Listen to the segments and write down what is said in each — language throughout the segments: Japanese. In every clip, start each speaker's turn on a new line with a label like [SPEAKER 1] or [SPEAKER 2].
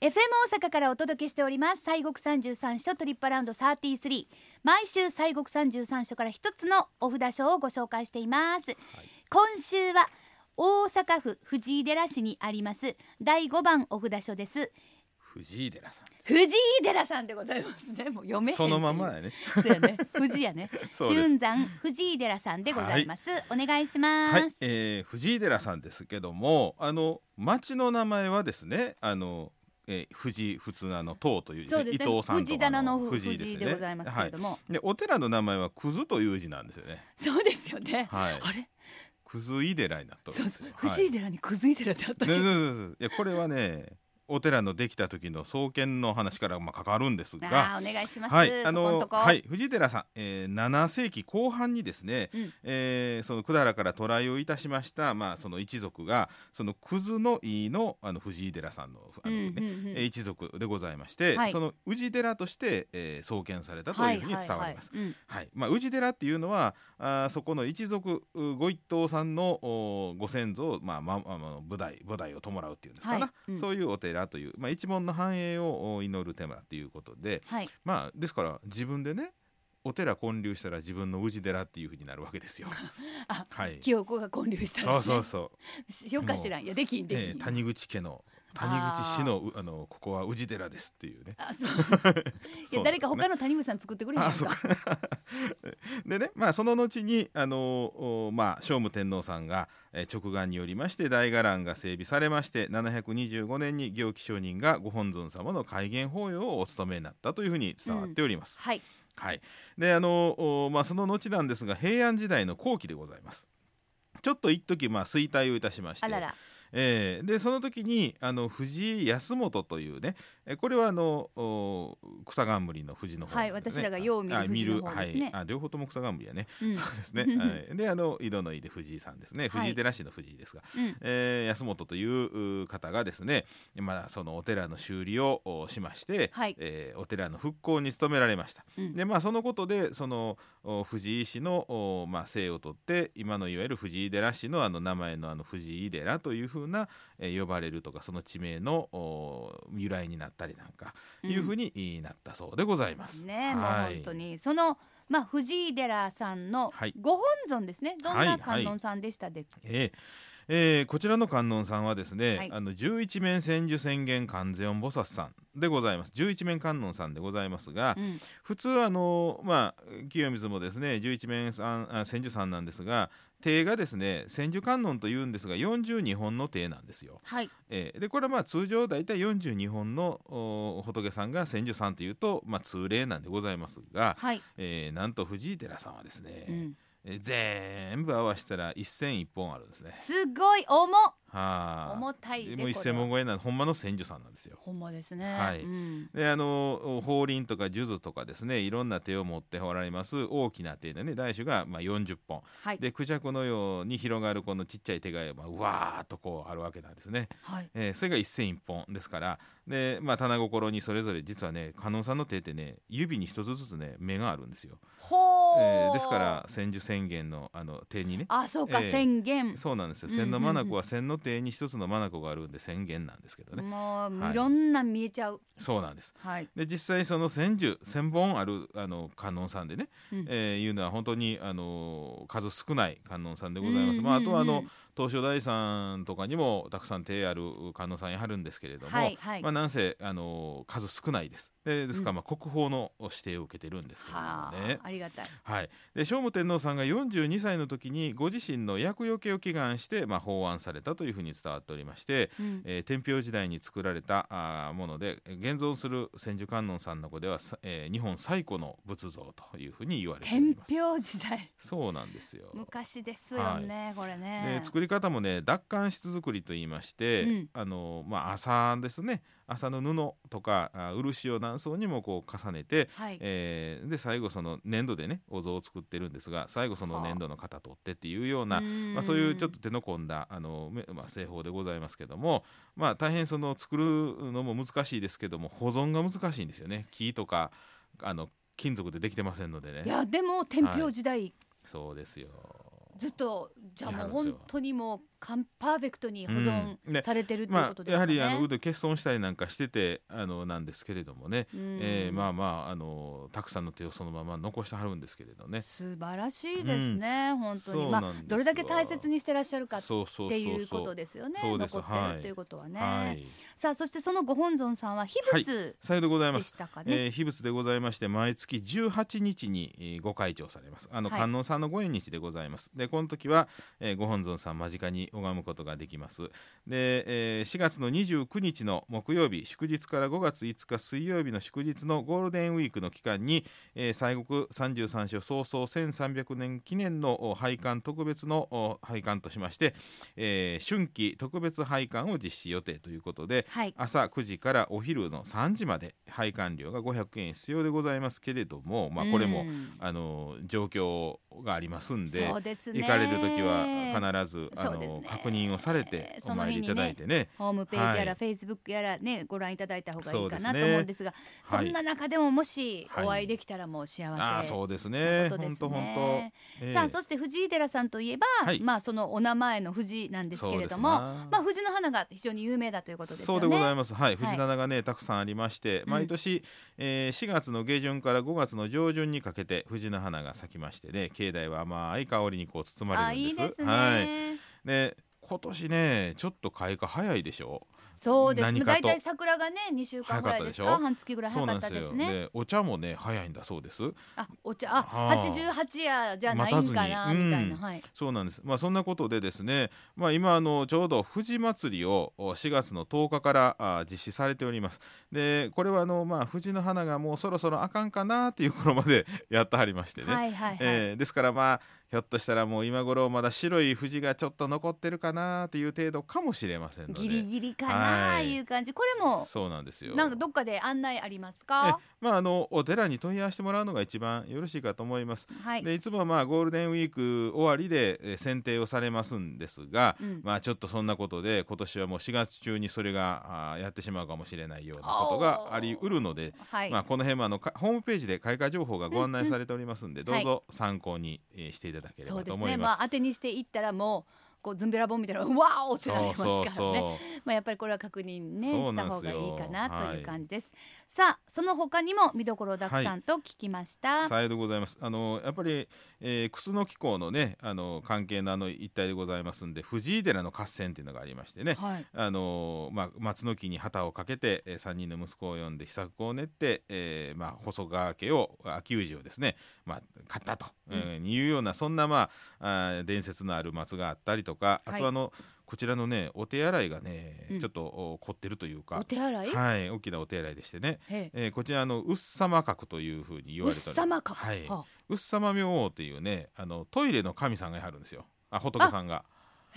[SPEAKER 1] FM 大阪からお届けしております西国三十三所トリップアラウンド33毎週西国三十三所から一つのお札所をご紹介しています、今週は大阪府藤井寺市にあります第五番お札所です
[SPEAKER 2] 藤井寺さん
[SPEAKER 1] 藤井寺さんでございますねもう読めへん
[SPEAKER 2] そのままやね
[SPEAKER 1] そうやね藤井やね
[SPEAKER 2] そうです
[SPEAKER 1] 春山藤井寺さんでございます、お願いします、
[SPEAKER 2] はい、えー、藤井寺さんですけどもあの町の名前はですねあの、えー、藤井普通のあの塔という字
[SPEAKER 1] そうです
[SPEAKER 2] 伊
[SPEAKER 1] ね
[SPEAKER 2] 藤さん
[SPEAKER 1] 藤
[SPEAKER 2] とか
[SPEAKER 1] 棚の
[SPEAKER 2] の
[SPEAKER 1] 藤
[SPEAKER 2] 藤井
[SPEAKER 1] 井
[SPEAKER 2] ですね
[SPEAKER 1] でございますけれども、
[SPEAKER 2] はい、でお寺の名前はクズという字なんですよね
[SPEAKER 1] そうですよね、
[SPEAKER 2] はい
[SPEAKER 1] あれ
[SPEAKER 2] クズ井寺になっており
[SPEAKER 1] そう
[SPEAKER 2] ま
[SPEAKER 1] そ
[SPEAKER 2] す
[SPEAKER 1] う
[SPEAKER 2] よ、はい
[SPEAKER 1] 藤井寺にクズ井寺ってあったっけ
[SPEAKER 2] ねねねねねいやこれはねお寺のできた時の創建の話からまあ関わるんですが
[SPEAKER 1] あーお願いします。
[SPEAKER 2] はい、
[SPEAKER 1] そこんとこ、
[SPEAKER 2] はい、藤寺さん、えー、7世紀後半にですね、
[SPEAKER 1] うん
[SPEAKER 2] えーその百済から渡来をいたしました、まあ、その一族がそのクズの井のあの藤井寺さんのあの、ね
[SPEAKER 1] うんうんうん
[SPEAKER 2] えー一族でございまして、
[SPEAKER 1] はい
[SPEAKER 2] その氏寺として、えー創建されたというふうに伝わります。
[SPEAKER 1] はいはいはいうん
[SPEAKER 2] はいまあ、氏寺っていうのはあーそこの一族うご一党さんのおご先祖を、まあまあ、あの舞台舞台を弔うっていうんですかな、
[SPEAKER 1] はいうん
[SPEAKER 2] そういうお寺という、まあ、一門の繁栄をお祈る寺ということで、
[SPEAKER 1] はい
[SPEAKER 2] まあ、ですから自分でねお寺建立したら自分の氏寺っていうふうになるわけですよ。
[SPEAKER 1] あ
[SPEAKER 2] はい、
[SPEAKER 1] 記憶が混流したん
[SPEAKER 2] そう
[SPEAKER 1] ですね
[SPEAKER 2] そうそう、
[SPEAKER 1] しよっかしらんいやできんできん、
[SPEAKER 2] えー谷口家の谷口氏のうあのここは氏寺ですっていうね。
[SPEAKER 1] あそうい
[SPEAKER 2] そう
[SPEAKER 1] や
[SPEAKER 2] なんですね
[SPEAKER 1] 誰か他の谷口さん作ってくれへんやん
[SPEAKER 2] あそう
[SPEAKER 1] か
[SPEAKER 2] か でねまあその後にあのおまあ聖武天皇さんが、えー直眼によりまして大伽藍が整備されまして725年に行基上人がご本尊様の開元法要をお務めになったというふうに伝わっております。
[SPEAKER 1] はい
[SPEAKER 2] はい、であの、おまあ、その後なんですが平安時代の後期でございます。ちょっと一時まあ衰退をいたしまして
[SPEAKER 1] あらら
[SPEAKER 2] えーでその時にあの藤井康元というねえーこれはあのお草冠の藤の方、ね、
[SPEAKER 1] はい私らがよう見る
[SPEAKER 2] あ
[SPEAKER 1] 藤の方
[SPEAKER 2] あ見
[SPEAKER 1] で
[SPEAKER 2] る
[SPEAKER 1] すね
[SPEAKER 2] はい、あ両方とも草冠 やね、
[SPEAKER 1] うん
[SPEAKER 2] そうですね、
[SPEAKER 1] うん
[SPEAKER 2] はい、であの井戸の井で藤井さんですね
[SPEAKER 1] はい
[SPEAKER 2] 藤井寺市の藤井ですが、
[SPEAKER 1] うん
[SPEAKER 2] えー安本というう方がですね、まあ、そのお寺の修理をおしまして、
[SPEAKER 1] はい
[SPEAKER 2] えーお寺の復興に努められました、
[SPEAKER 1] うん
[SPEAKER 2] でまあそのことでそのお藤井氏のお、まあ、姓を取って今のいわゆる藤井寺氏のあの名前のあの藤井寺というふうな、えー呼ばれるとかその地名のお由来になったりなんかいうふうにえーなったそうでございます。
[SPEAKER 1] ねえもう
[SPEAKER 2] はい
[SPEAKER 1] 本当にそのまあ藤井寺さんの
[SPEAKER 2] はい
[SPEAKER 1] ご本尊ですね、どんな
[SPEAKER 2] は
[SPEAKER 1] い
[SPEAKER 2] はい
[SPEAKER 1] 観音さんでしたで、
[SPEAKER 2] えーえーこちらの観音さんはですね、
[SPEAKER 1] はい
[SPEAKER 2] あの十一面千手千眼観世音菩薩さんでございます十一面観音さんでございますが、
[SPEAKER 1] うん
[SPEAKER 2] 普通あのまあ清水もですね十一面三あ千手さんなんですが手がですね千手観音というんですが42本の手なんですよ。
[SPEAKER 1] はい
[SPEAKER 2] えーでこれはまあ通常大体42本のお仏さんが千手さんというと、まあ、通例なんでございますが、
[SPEAKER 1] はい、
[SPEAKER 2] えーなんと藤井寺さんはですね、
[SPEAKER 1] うん、
[SPEAKER 2] えー全部合わせたら1001本あるんですね。
[SPEAKER 1] すごい重っ
[SPEAKER 2] はあ
[SPEAKER 1] 重たいで
[SPEAKER 2] もう一
[SPEAKER 1] これ
[SPEAKER 2] 銭
[SPEAKER 1] は
[SPEAKER 2] も超えないほんまの千手さんなんですよ。
[SPEAKER 1] ほんまですね、
[SPEAKER 2] はい
[SPEAKER 1] うん
[SPEAKER 2] であの法輪とか数珠とかですねいろんな手を持っておられます大きな手でね大手がまあ40本
[SPEAKER 1] はい
[SPEAKER 2] でクジャクのように広がるこのちっちゃい手がまあうわーっとこうあるわけなんですね、
[SPEAKER 1] はい
[SPEAKER 2] えーそれが一千一本ですからで、まあ、棚心にそれぞれ実はね観音さんの手ってね指に一つずつね目があるんですよ、
[SPEAKER 1] ほう、
[SPEAKER 2] えーですから千手千眼のあの手にね
[SPEAKER 1] あそうか、
[SPEAKER 2] ええ
[SPEAKER 1] 宣言
[SPEAKER 2] そうなんですよ
[SPEAKER 1] うんうんうん
[SPEAKER 2] 千の眼は千の手に一つの眼があるんで千眼なんですけどね、
[SPEAKER 1] もう、、
[SPEAKER 2] はいい
[SPEAKER 1] ろんな見えちゃう。
[SPEAKER 2] そうなんです
[SPEAKER 1] はい。
[SPEAKER 2] で実際その千手千本あるあの観音さんでね、
[SPEAKER 1] うん
[SPEAKER 2] えーいうのは本当にあの数少ない観音さんでございます。
[SPEAKER 1] うん
[SPEAKER 2] まああとはあ
[SPEAKER 1] う
[SPEAKER 2] の
[SPEAKER 1] ん
[SPEAKER 2] 東証大さんとかにもたくさん手ある観音さんやはるんですけれども、
[SPEAKER 1] はいはい
[SPEAKER 2] まあなんせあの数少ないです。でですからまあ国宝の指定を受けてるんですけれど
[SPEAKER 1] はあ、
[SPEAKER 2] もね。
[SPEAKER 1] ありがたい。
[SPEAKER 2] はい、で聖武天皇さんが42歳の時にご自身の厄除けを祈願して、まあ、法案されたというふうに伝わっておりまして、
[SPEAKER 1] うん
[SPEAKER 2] えー天平時代に作られたあーものでえー現存する千手観音さんの子では、さえー日本最古の仏像というふうに言われてお
[SPEAKER 1] 天
[SPEAKER 2] ります。
[SPEAKER 1] 平時 代。
[SPEAKER 2] そうなんですよ
[SPEAKER 1] 昔ですよね、これね
[SPEAKER 2] で。作り方もね奪還質作りといいまして、
[SPEAKER 1] うん
[SPEAKER 2] あのまあ、麻ですね麻の布とかあー漆を何層にもこう重ねて、
[SPEAKER 1] はい。
[SPEAKER 2] えーで最後その粘土でねお像を作ってるんですが最後その粘土の型取ってっていうような、
[SPEAKER 1] ま
[SPEAKER 2] まあ、そういうちょっと手の込んだあの、めまあ、製法でございますけども、まあ、大変その作るのも難しいですけども保存が難しいんですよね木とかあの金属でできてませんので
[SPEAKER 1] い
[SPEAKER 2] ね
[SPEAKER 1] やでも天平時代、
[SPEAKER 2] そうですよ
[SPEAKER 1] ずっとじゃあ
[SPEAKER 2] いや
[SPEAKER 1] もう
[SPEAKER 2] そう
[SPEAKER 1] 本当にもう完パーフェクトに保存
[SPEAKER 2] うんね
[SPEAKER 1] されてるという
[SPEAKER 2] ま
[SPEAKER 1] こ
[SPEAKER 2] あ
[SPEAKER 1] と、です
[SPEAKER 2] や
[SPEAKER 1] か
[SPEAKER 2] は
[SPEAKER 1] ね。
[SPEAKER 2] りあのウード欠損したりなんかしててあのなんですけれどもね、
[SPEAKER 1] うん
[SPEAKER 2] えーまあまああのたくさんの手をそのまま残してはるんですけれどね。
[SPEAKER 1] 素晴らしいですね、本当に
[SPEAKER 2] そう
[SPEAKER 1] ま
[SPEAKER 2] なん
[SPEAKER 1] あ
[SPEAKER 2] ですよ
[SPEAKER 1] どれだけ大切にしてらっしゃるかっ
[SPEAKER 2] そうそうそうそう
[SPEAKER 1] ていうことですよね
[SPEAKER 2] そうです
[SPEAKER 1] 残って
[SPEAKER 2] は
[SPEAKER 1] る
[SPEAKER 2] い
[SPEAKER 1] ということはね、
[SPEAKER 2] はい、
[SPEAKER 1] さあそしてそのご本尊さんは秘仏
[SPEAKER 2] さようでございま。
[SPEAKER 1] ですしたかね、
[SPEAKER 2] えー、秘仏でございまして毎月18日に、えーご開帳されますあの、
[SPEAKER 1] はい
[SPEAKER 2] 観音さんのご縁日でございますでこの時は、えーご本尊さん間近に拝むことができますで、えー4月の29日の木曜日祝日から5月5日水曜日の祝日のゴールデンウィークの期間に、えー、西国33所創創1300年記念のお拝観特別のお拝観としまして、えー春季特別拝観を実施予定ということで、
[SPEAKER 1] はい
[SPEAKER 2] 朝9時からお昼の3時まで配管料が500円必要でございますけれども、まあ、これ
[SPEAKER 1] う
[SPEAKER 2] も、
[SPEAKER 1] ん
[SPEAKER 2] あの状況がありますんで
[SPEAKER 1] そうですね
[SPEAKER 2] 行かれる時は必ずあ
[SPEAKER 1] そう
[SPEAKER 2] の、
[SPEAKER 1] ですね
[SPEAKER 2] 確認をされて
[SPEAKER 1] そ
[SPEAKER 2] お
[SPEAKER 1] の
[SPEAKER 2] 参
[SPEAKER 1] 日に
[SPEAKER 2] りい
[SPEAKER 1] ね
[SPEAKER 2] ただいてね
[SPEAKER 1] ホームページやら
[SPEAKER 2] は
[SPEAKER 1] フェイスブックやらねご覧いただいた方がいいか
[SPEAKER 2] そ
[SPEAKER 1] なと
[SPEAKER 2] うですね
[SPEAKER 1] 思うんですがそ
[SPEAKER 2] はい
[SPEAKER 1] んな中でももし
[SPEAKER 2] はい
[SPEAKER 1] お会いできたらもう幸せ、
[SPEAKER 2] ああそうです
[SPEAKER 1] とい
[SPEAKER 2] ね
[SPEAKER 1] うことです
[SPEAKER 2] 本当本
[SPEAKER 1] ね
[SPEAKER 2] 当
[SPEAKER 1] さあそして藤井寺さんといえば、
[SPEAKER 2] はい
[SPEAKER 1] まあそのお名前の藤なんですけれども
[SPEAKER 2] そうですな
[SPEAKER 1] まあ藤の花が非常に有名だということですよ
[SPEAKER 2] そ
[SPEAKER 1] ね。
[SPEAKER 2] うでございます。はい、
[SPEAKER 1] はい
[SPEAKER 2] 藤棚がね、たくさんありまして、
[SPEAKER 1] ん
[SPEAKER 2] 毎年、えー4月の下旬から5月の上旬にかけて藤の花が咲きましてね、境内は甘い香りにこう包ま
[SPEAKER 1] あ
[SPEAKER 2] れる
[SPEAKER 1] い
[SPEAKER 2] ん
[SPEAKER 1] い
[SPEAKER 2] です。
[SPEAKER 1] ですね、
[SPEAKER 2] はい。で、今年ね、ちょっと開花早いでしょ。
[SPEAKER 1] そうですね
[SPEAKER 2] 何か
[SPEAKER 1] 大
[SPEAKER 2] と
[SPEAKER 1] 体桜がね2週間ぐらいですか
[SPEAKER 2] 早かったでしょ
[SPEAKER 1] 半月ぐらい
[SPEAKER 2] そ
[SPEAKER 1] 早
[SPEAKER 2] う
[SPEAKER 1] か
[SPEAKER 2] な
[SPEAKER 1] っ
[SPEAKER 2] ん
[SPEAKER 1] たで
[SPEAKER 2] ですよ。
[SPEAKER 1] すね
[SPEAKER 2] で、お茶もね、早いんだそうです。
[SPEAKER 1] あお茶あ
[SPEAKER 2] はあ
[SPEAKER 1] 88夜じゃないんかな
[SPEAKER 2] 待たずに
[SPEAKER 1] みたいな、
[SPEAKER 2] うん
[SPEAKER 1] はい
[SPEAKER 2] そうなんです。まあそんなことでですね、まあ今あのちょうど藤祭りをお4月の10日からあ実施されております。で、これはあのまあ藤の花がもうそろそろあかんかなっていう頃まで やってはりましてね。
[SPEAKER 1] はいはいはい、
[SPEAKER 2] えーですからまあひょっとしたらもう今頃まだ白い藤がちょっと残ってるかなっていう程度かもしれませんので
[SPEAKER 1] ギリギリかなあ
[SPEAKER 2] はい
[SPEAKER 1] いう感じこれも
[SPEAKER 2] そうなんですよ
[SPEAKER 1] なんかどっかで案内ありますか
[SPEAKER 2] えまああのお寺に問い合わせてもらうのが一番よろしいかと思います、
[SPEAKER 1] はい、
[SPEAKER 2] でいつもはまあゴールデンウィーク終わりで、えー選定をされますんですが、
[SPEAKER 1] うん
[SPEAKER 2] まあちょっとそんなことで今年はもう4月中にそれがあーやってしまうかもしれないようなことがありうるので、
[SPEAKER 1] はい、
[SPEAKER 2] まあ、この辺もあのかホームページで開花情報がご案内されておりますんで、
[SPEAKER 1] んうん
[SPEAKER 2] どうぞ参考に、えーしていただけれ
[SPEAKER 1] そう
[SPEAKER 2] ば
[SPEAKER 1] で
[SPEAKER 2] と
[SPEAKER 1] す
[SPEAKER 2] 思
[SPEAKER 1] ね
[SPEAKER 2] い
[SPEAKER 1] ま
[SPEAKER 2] ま
[SPEAKER 1] あ当てにしていったらもうこうズンベラボンみたいなうわおっ
[SPEAKER 2] す。
[SPEAKER 1] てなりますからね
[SPEAKER 2] そう
[SPEAKER 1] まあやっぱりこれは確認ね
[SPEAKER 2] そ
[SPEAKER 1] し
[SPEAKER 2] う
[SPEAKER 1] た
[SPEAKER 2] なん
[SPEAKER 1] 方
[SPEAKER 2] です
[SPEAKER 1] が
[SPEAKER 2] よ
[SPEAKER 1] いいかなという感じです、さあその他にも見どころたくさんと聞きました、
[SPEAKER 2] さようでございます。あのやっぱり、えー、楠木港のねあの関係のあの一帯でございますんで藤井寺の合戦っていうのがありましてね。
[SPEAKER 1] はい
[SPEAKER 2] あのまあ、松の木に旗をかけて、えー、3人の息子を呼んで秘策を練って、えーまあ、細川家を秋氏をですね、まあ、買ったと、えーいうようなそんな、まあ、あー伝説のある松があったりとかあ
[SPEAKER 1] はい
[SPEAKER 2] とあの、こちらのねお手洗いがね、
[SPEAKER 1] うん
[SPEAKER 2] ちょっとお凝ってるというか
[SPEAKER 1] お手洗い、
[SPEAKER 2] はい、大きなお手洗いでしてね、
[SPEAKER 1] へえ
[SPEAKER 2] えーこちらあのうっさま閣というふうに言
[SPEAKER 1] う
[SPEAKER 2] わ
[SPEAKER 1] っ
[SPEAKER 2] れており
[SPEAKER 1] さまか、
[SPEAKER 2] はい、
[SPEAKER 1] は
[SPEAKER 2] うっさま明王というねあのトイレの神さんがいはるんですよあ仏さんが。
[SPEAKER 1] あ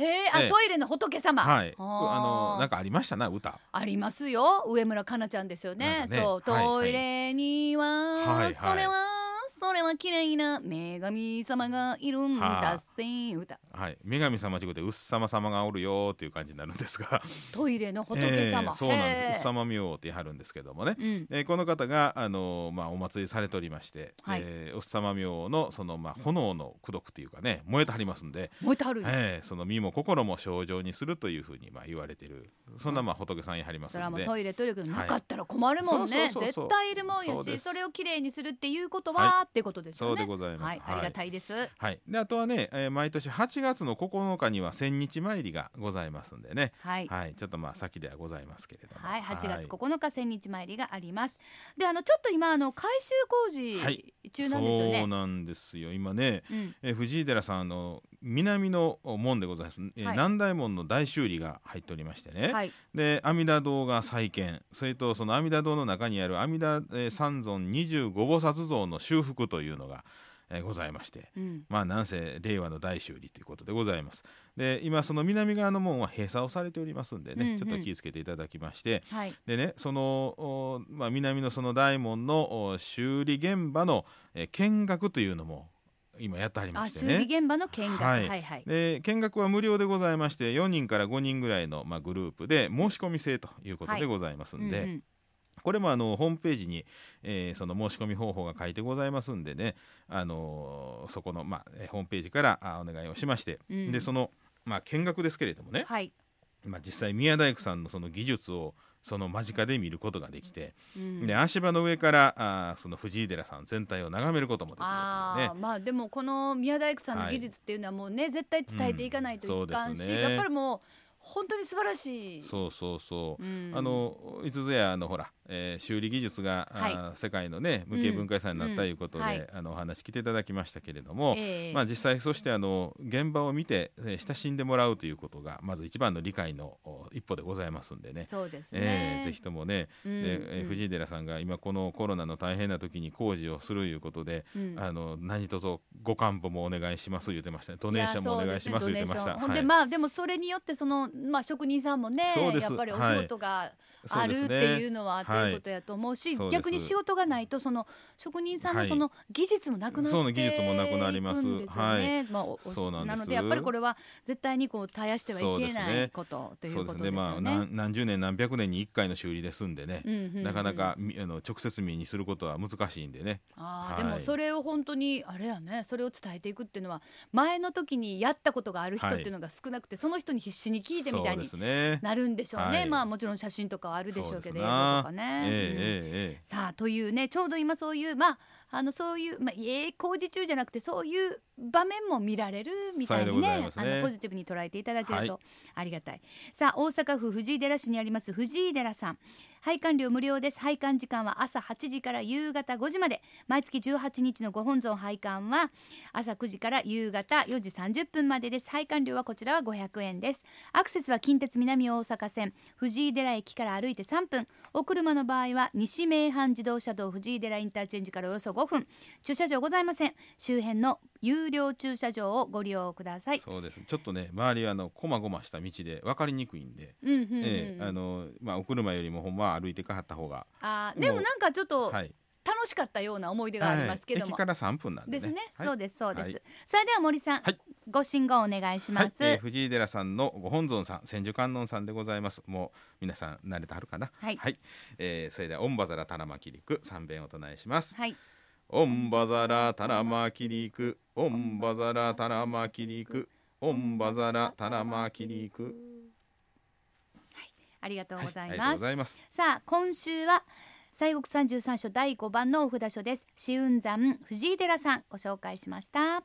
[SPEAKER 1] へえあ、
[SPEAKER 2] ええ
[SPEAKER 1] トイレの仏様
[SPEAKER 2] はい、
[SPEAKER 1] あ
[SPEAKER 2] うあのなん
[SPEAKER 1] か
[SPEAKER 2] かありましたな歌。
[SPEAKER 1] ありますよ上村かなちゃんですよ
[SPEAKER 2] な
[SPEAKER 1] ね
[SPEAKER 2] んかね
[SPEAKER 1] そう
[SPEAKER 2] はいはい
[SPEAKER 1] トイレには、
[SPEAKER 2] はいはい
[SPEAKER 1] それはそれは綺麗な女神様がいるんだせん歌
[SPEAKER 2] はい、女神様ということでうっさま様がおるよーっていう感じになるんですが
[SPEAKER 1] トイレの仏様、
[SPEAKER 2] えーそうなん
[SPEAKER 1] へえ
[SPEAKER 2] ですうっさま明王って言いはるんですけどもね、
[SPEAKER 1] うん
[SPEAKER 2] えーこの方が、あのーまあ、お祭りされておりまして、
[SPEAKER 1] はい
[SPEAKER 2] えーおっさま明王のその、まあ、炎の功徳というかね燃えてはりますんで、
[SPEAKER 1] 燃えてはるんや
[SPEAKER 2] えーその身も心も症状にするというふうに、まあ、言われてるそんな、まあ、仏さんやはります
[SPEAKER 1] それは
[SPEAKER 2] ん
[SPEAKER 1] もう
[SPEAKER 2] で
[SPEAKER 1] トイレトイレがなかったら困るもん
[SPEAKER 2] は
[SPEAKER 1] ね
[SPEAKER 2] いそうそうそうそう
[SPEAKER 1] 絶対いるもんや
[SPEAKER 2] そう
[SPEAKER 1] し
[SPEAKER 2] です
[SPEAKER 1] それをきれいにするっていうことは、
[SPEAKER 2] は
[SPEAKER 1] ってことですよ
[SPEAKER 2] そ
[SPEAKER 1] ね
[SPEAKER 2] うでございます。
[SPEAKER 1] はい、ありがたいです
[SPEAKER 2] はい、であとはね、えー毎年8月の9日には千日参りがございますんでね、
[SPEAKER 1] はい
[SPEAKER 2] はい、ちょっとまあ先ではございますけれども。
[SPEAKER 1] はい、8月9日千日参りがあります。で、あのちょっと今あの改修工
[SPEAKER 2] はい
[SPEAKER 1] 事中なんですよね。
[SPEAKER 2] そうなんですよ。今ね、
[SPEAKER 1] うん、
[SPEAKER 2] えー藤井寺さんあの南の門でございます。えー
[SPEAKER 1] はい
[SPEAKER 2] 南大門の大修理が入っておりましてね。
[SPEAKER 1] はい、
[SPEAKER 2] で阿弥陀堂が再建それとその阿弥陀堂の中にある阿弥陀えー三尊25菩薩像の修復というのが、えーございまして
[SPEAKER 1] うん、
[SPEAKER 2] まあなんせ令和の大修理ということでございます。で今その南側の門は閉鎖をされておりますんでね、
[SPEAKER 1] うんうん
[SPEAKER 2] ちょっと気をつけていただきまして
[SPEAKER 1] はい、
[SPEAKER 2] でねその、おまあ、南のその大門のお修理現場の、えー見学というのも今やってありま
[SPEAKER 1] あ、
[SPEAKER 2] して
[SPEAKER 1] 修
[SPEAKER 2] ね。
[SPEAKER 1] 理現場の見学、は、
[SPEAKER 2] はいい
[SPEAKER 1] はい、はい。
[SPEAKER 2] で見学は無料でございまして4人から5人ぐらいの、まあ、グループで申し込み制ということ
[SPEAKER 1] はい
[SPEAKER 2] でございますんで、
[SPEAKER 1] うんうん
[SPEAKER 2] これもあのホームページに、えーその申し込み方法が書いてございますんでね、あのーそこの、まあ、えーホームページからあお願いをしまして、
[SPEAKER 1] うん
[SPEAKER 2] でそのまあ、見学ですけれどもね、
[SPEAKER 1] はい、
[SPEAKER 2] まあ、実際宮大工さんのその技術をその間近で見ることができて、
[SPEAKER 1] うん
[SPEAKER 2] で足場の上からあーその藤井寺さん全体を眺めることもできると
[SPEAKER 1] あ
[SPEAKER 2] いうね
[SPEAKER 1] ーまあでもこの宮大工さんの
[SPEAKER 2] はい
[SPEAKER 1] 技術っていうのはもうね、絶対伝えていかないといかん
[SPEAKER 2] うんそ
[SPEAKER 1] し、
[SPEAKER 2] うですね
[SPEAKER 1] やっぱりもう本当に素晴らしい。
[SPEAKER 2] そうそうそう、
[SPEAKER 1] うん
[SPEAKER 2] あのいつぞやあのほら、えー修理技術が、あー世界のね無形文化遺産になったということで、
[SPEAKER 1] うんはい
[SPEAKER 2] あのお話来ていただきましたけれども、
[SPEAKER 1] ええ
[SPEAKER 2] まあ、実際そしてあの現場を見て、えー親しんでもらうということがまず一番の理解のお一歩でございますんでね。
[SPEAKER 1] そうです
[SPEAKER 2] え
[SPEAKER 1] ね。
[SPEAKER 2] ーぜひともね、
[SPEAKER 1] うん
[SPEAKER 2] でえー
[SPEAKER 1] うん
[SPEAKER 2] 藤井寺さんが今このコロナの大変な時に工事をするいうことで、
[SPEAKER 1] うん
[SPEAKER 2] あの何卒ご勘保もお願いします言ってましたねドネーションもお願いします
[SPEAKER 1] や
[SPEAKER 2] 言ってました
[SPEAKER 1] そうですねドネーションほんで、まあでもそれによってそのまあ職人さんもね
[SPEAKER 2] そうです
[SPEAKER 1] やっぱりお仕事があるっていうのはということやと思うし、
[SPEAKER 2] そうです
[SPEAKER 1] 逆に仕事がないとその職人さんの
[SPEAKER 2] はい
[SPEAKER 1] その技術もなくなっていく
[SPEAKER 2] そうん技術もなくなります
[SPEAKER 1] ですよね。まあおお
[SPEAKER 2] そうなんです
[SPEAKER 1] のでやっぱりこれは絶対にこう絶やしてはいけないこと、とい
[SPEAKER 2] そうう
[SPEAKER 1] こ
[SPEAKER 2] です
[SPEAKER 1] と
[SPEAKER 2] ね
[SPEAKER 1] です
[SPEAKER 2] ま
[SPEAKER 1] よね。
[SPEAKER 2] あ何何十年何百年に1回の修理ですんでね、
[SPEAKER 1] うんうんうん
[SPEAKER 2] なかなかみあの直接見にすることは難しいんでね
[SPEAKER 1] あー
[SPEAKER 2] はい
[SPEAKER 1] でもそれを本当にあれやねそれを伝えていくっていうのは前の時にやったことがある人っていうのが少なくて、その人に必死に聞いてみたい
[SPEAKER 2] そう
[SPEAKER 1] に
[SPEAKER 2] ですね
[SPEAKER 1] なるんでしょうね、
[SPEAKER 2] はい
[SPEAKER 1] まあもちろん写真とかはあるでしょうけど映
[SPEAKER 2] そうです
[SPEAKER 1] 像
[SPEAKER 2] な
[SPEAKER 1] とか
[SPEAKER 2] え
[SPEAKER 1] ね。
[SPEAKER 2] え
[SPEAKER 1] うん
[SPEAKER 2] えええ
[SPEAKER 1] さあというねちょうど今そういうまああのそういう、まあ、ええ工事中じゃなくてそういう場面も見られるみたいに
[SPEAKER 2] さよ
[SPEAKER 1] ね
[SPEAKER 2] うでございます
[SPEAKER 1] あ
[SPEAKER 2] ね
[SPEAKER 1] のポジティブに捉えていただける
[SPEAKER 2] は
[SPEAKER 1] とありがたい、さあ大阪府藤井寺市にあります藤井寺さん拝観料無料です拝観時間は朝8時から夕方5時まで毎月18日のご本尊拝観は朝9時から夕方4時30分までです拝観料はこちらは500円ですアクセスは近鉄南大阪線藤井寺駅から歩いて3分お車の場合は西名阪自動車道藤井寺インターチェンジからおよそ5分駐車場ございません周辺の有料駐車場をご利用ください
[SPEAKER 2] そうですちょっとね周りはあのこまごました道で分かりにくいんで、
[SPEAKER 1] うんうんうんうん
[SPEAKER 2] ええあのまあ、お車よりもほんまは歩いてかはった方が、
[SPEAKER 1] あーでもなんかちょっと
[SPEAKER 2] はい、
[SPEAKER 1] 楽しかったような思い出がありますけど
[SPEAKER 2] はい、
[SPEAKER 1] も
[SPEAKER 2] 駅、から3分なんで
[SPEAKER 1] で
[SPEAKER 2] ね
[SPEAKER 1] すね、
[SPEAKER 2] はい
[SPEAKER 1] そうですそうです、
[SPEAKER 2] はい
[SPEAKER 1] さあでは森さん、
[SPEAKER 2] はい
[SPEAKER 1] ご信号お願いし
[SPEAKER 2] はい
[SPEAKER 1] ます、
[SPEAKER 2] えー藤井寺さんのご本尊さん千手観音さんでございますもう皆さん慣れてはるかな
[SPEAKER 1] はい
[SPEAKER 2] えーそれでは「オンバザラタラマキリク」3遍お唱えします
[SPEAKER 1] はい
[SPEAKER 2] 「オンバザラタラマキリク」「オンバザラタラマキリク」「オンバザラタラマキリク」
[SPEAKER 1] ありがとう
[SPEAKER 2] はい
[SPEAKER 1] ござ
[SPEAKER 2] あ
[SPEAKER 1] い
[SPEAKER 2] りがとう
[SPEAKER 1] ま
[SPEAKER 2] ご
[SPEAKER 1] す、
[SPEAKER 2] ざいます
[SPEAKER 1] さあ今週は西国三十三所第五番のお札書です紫雲山藤井寺さんご紹介しました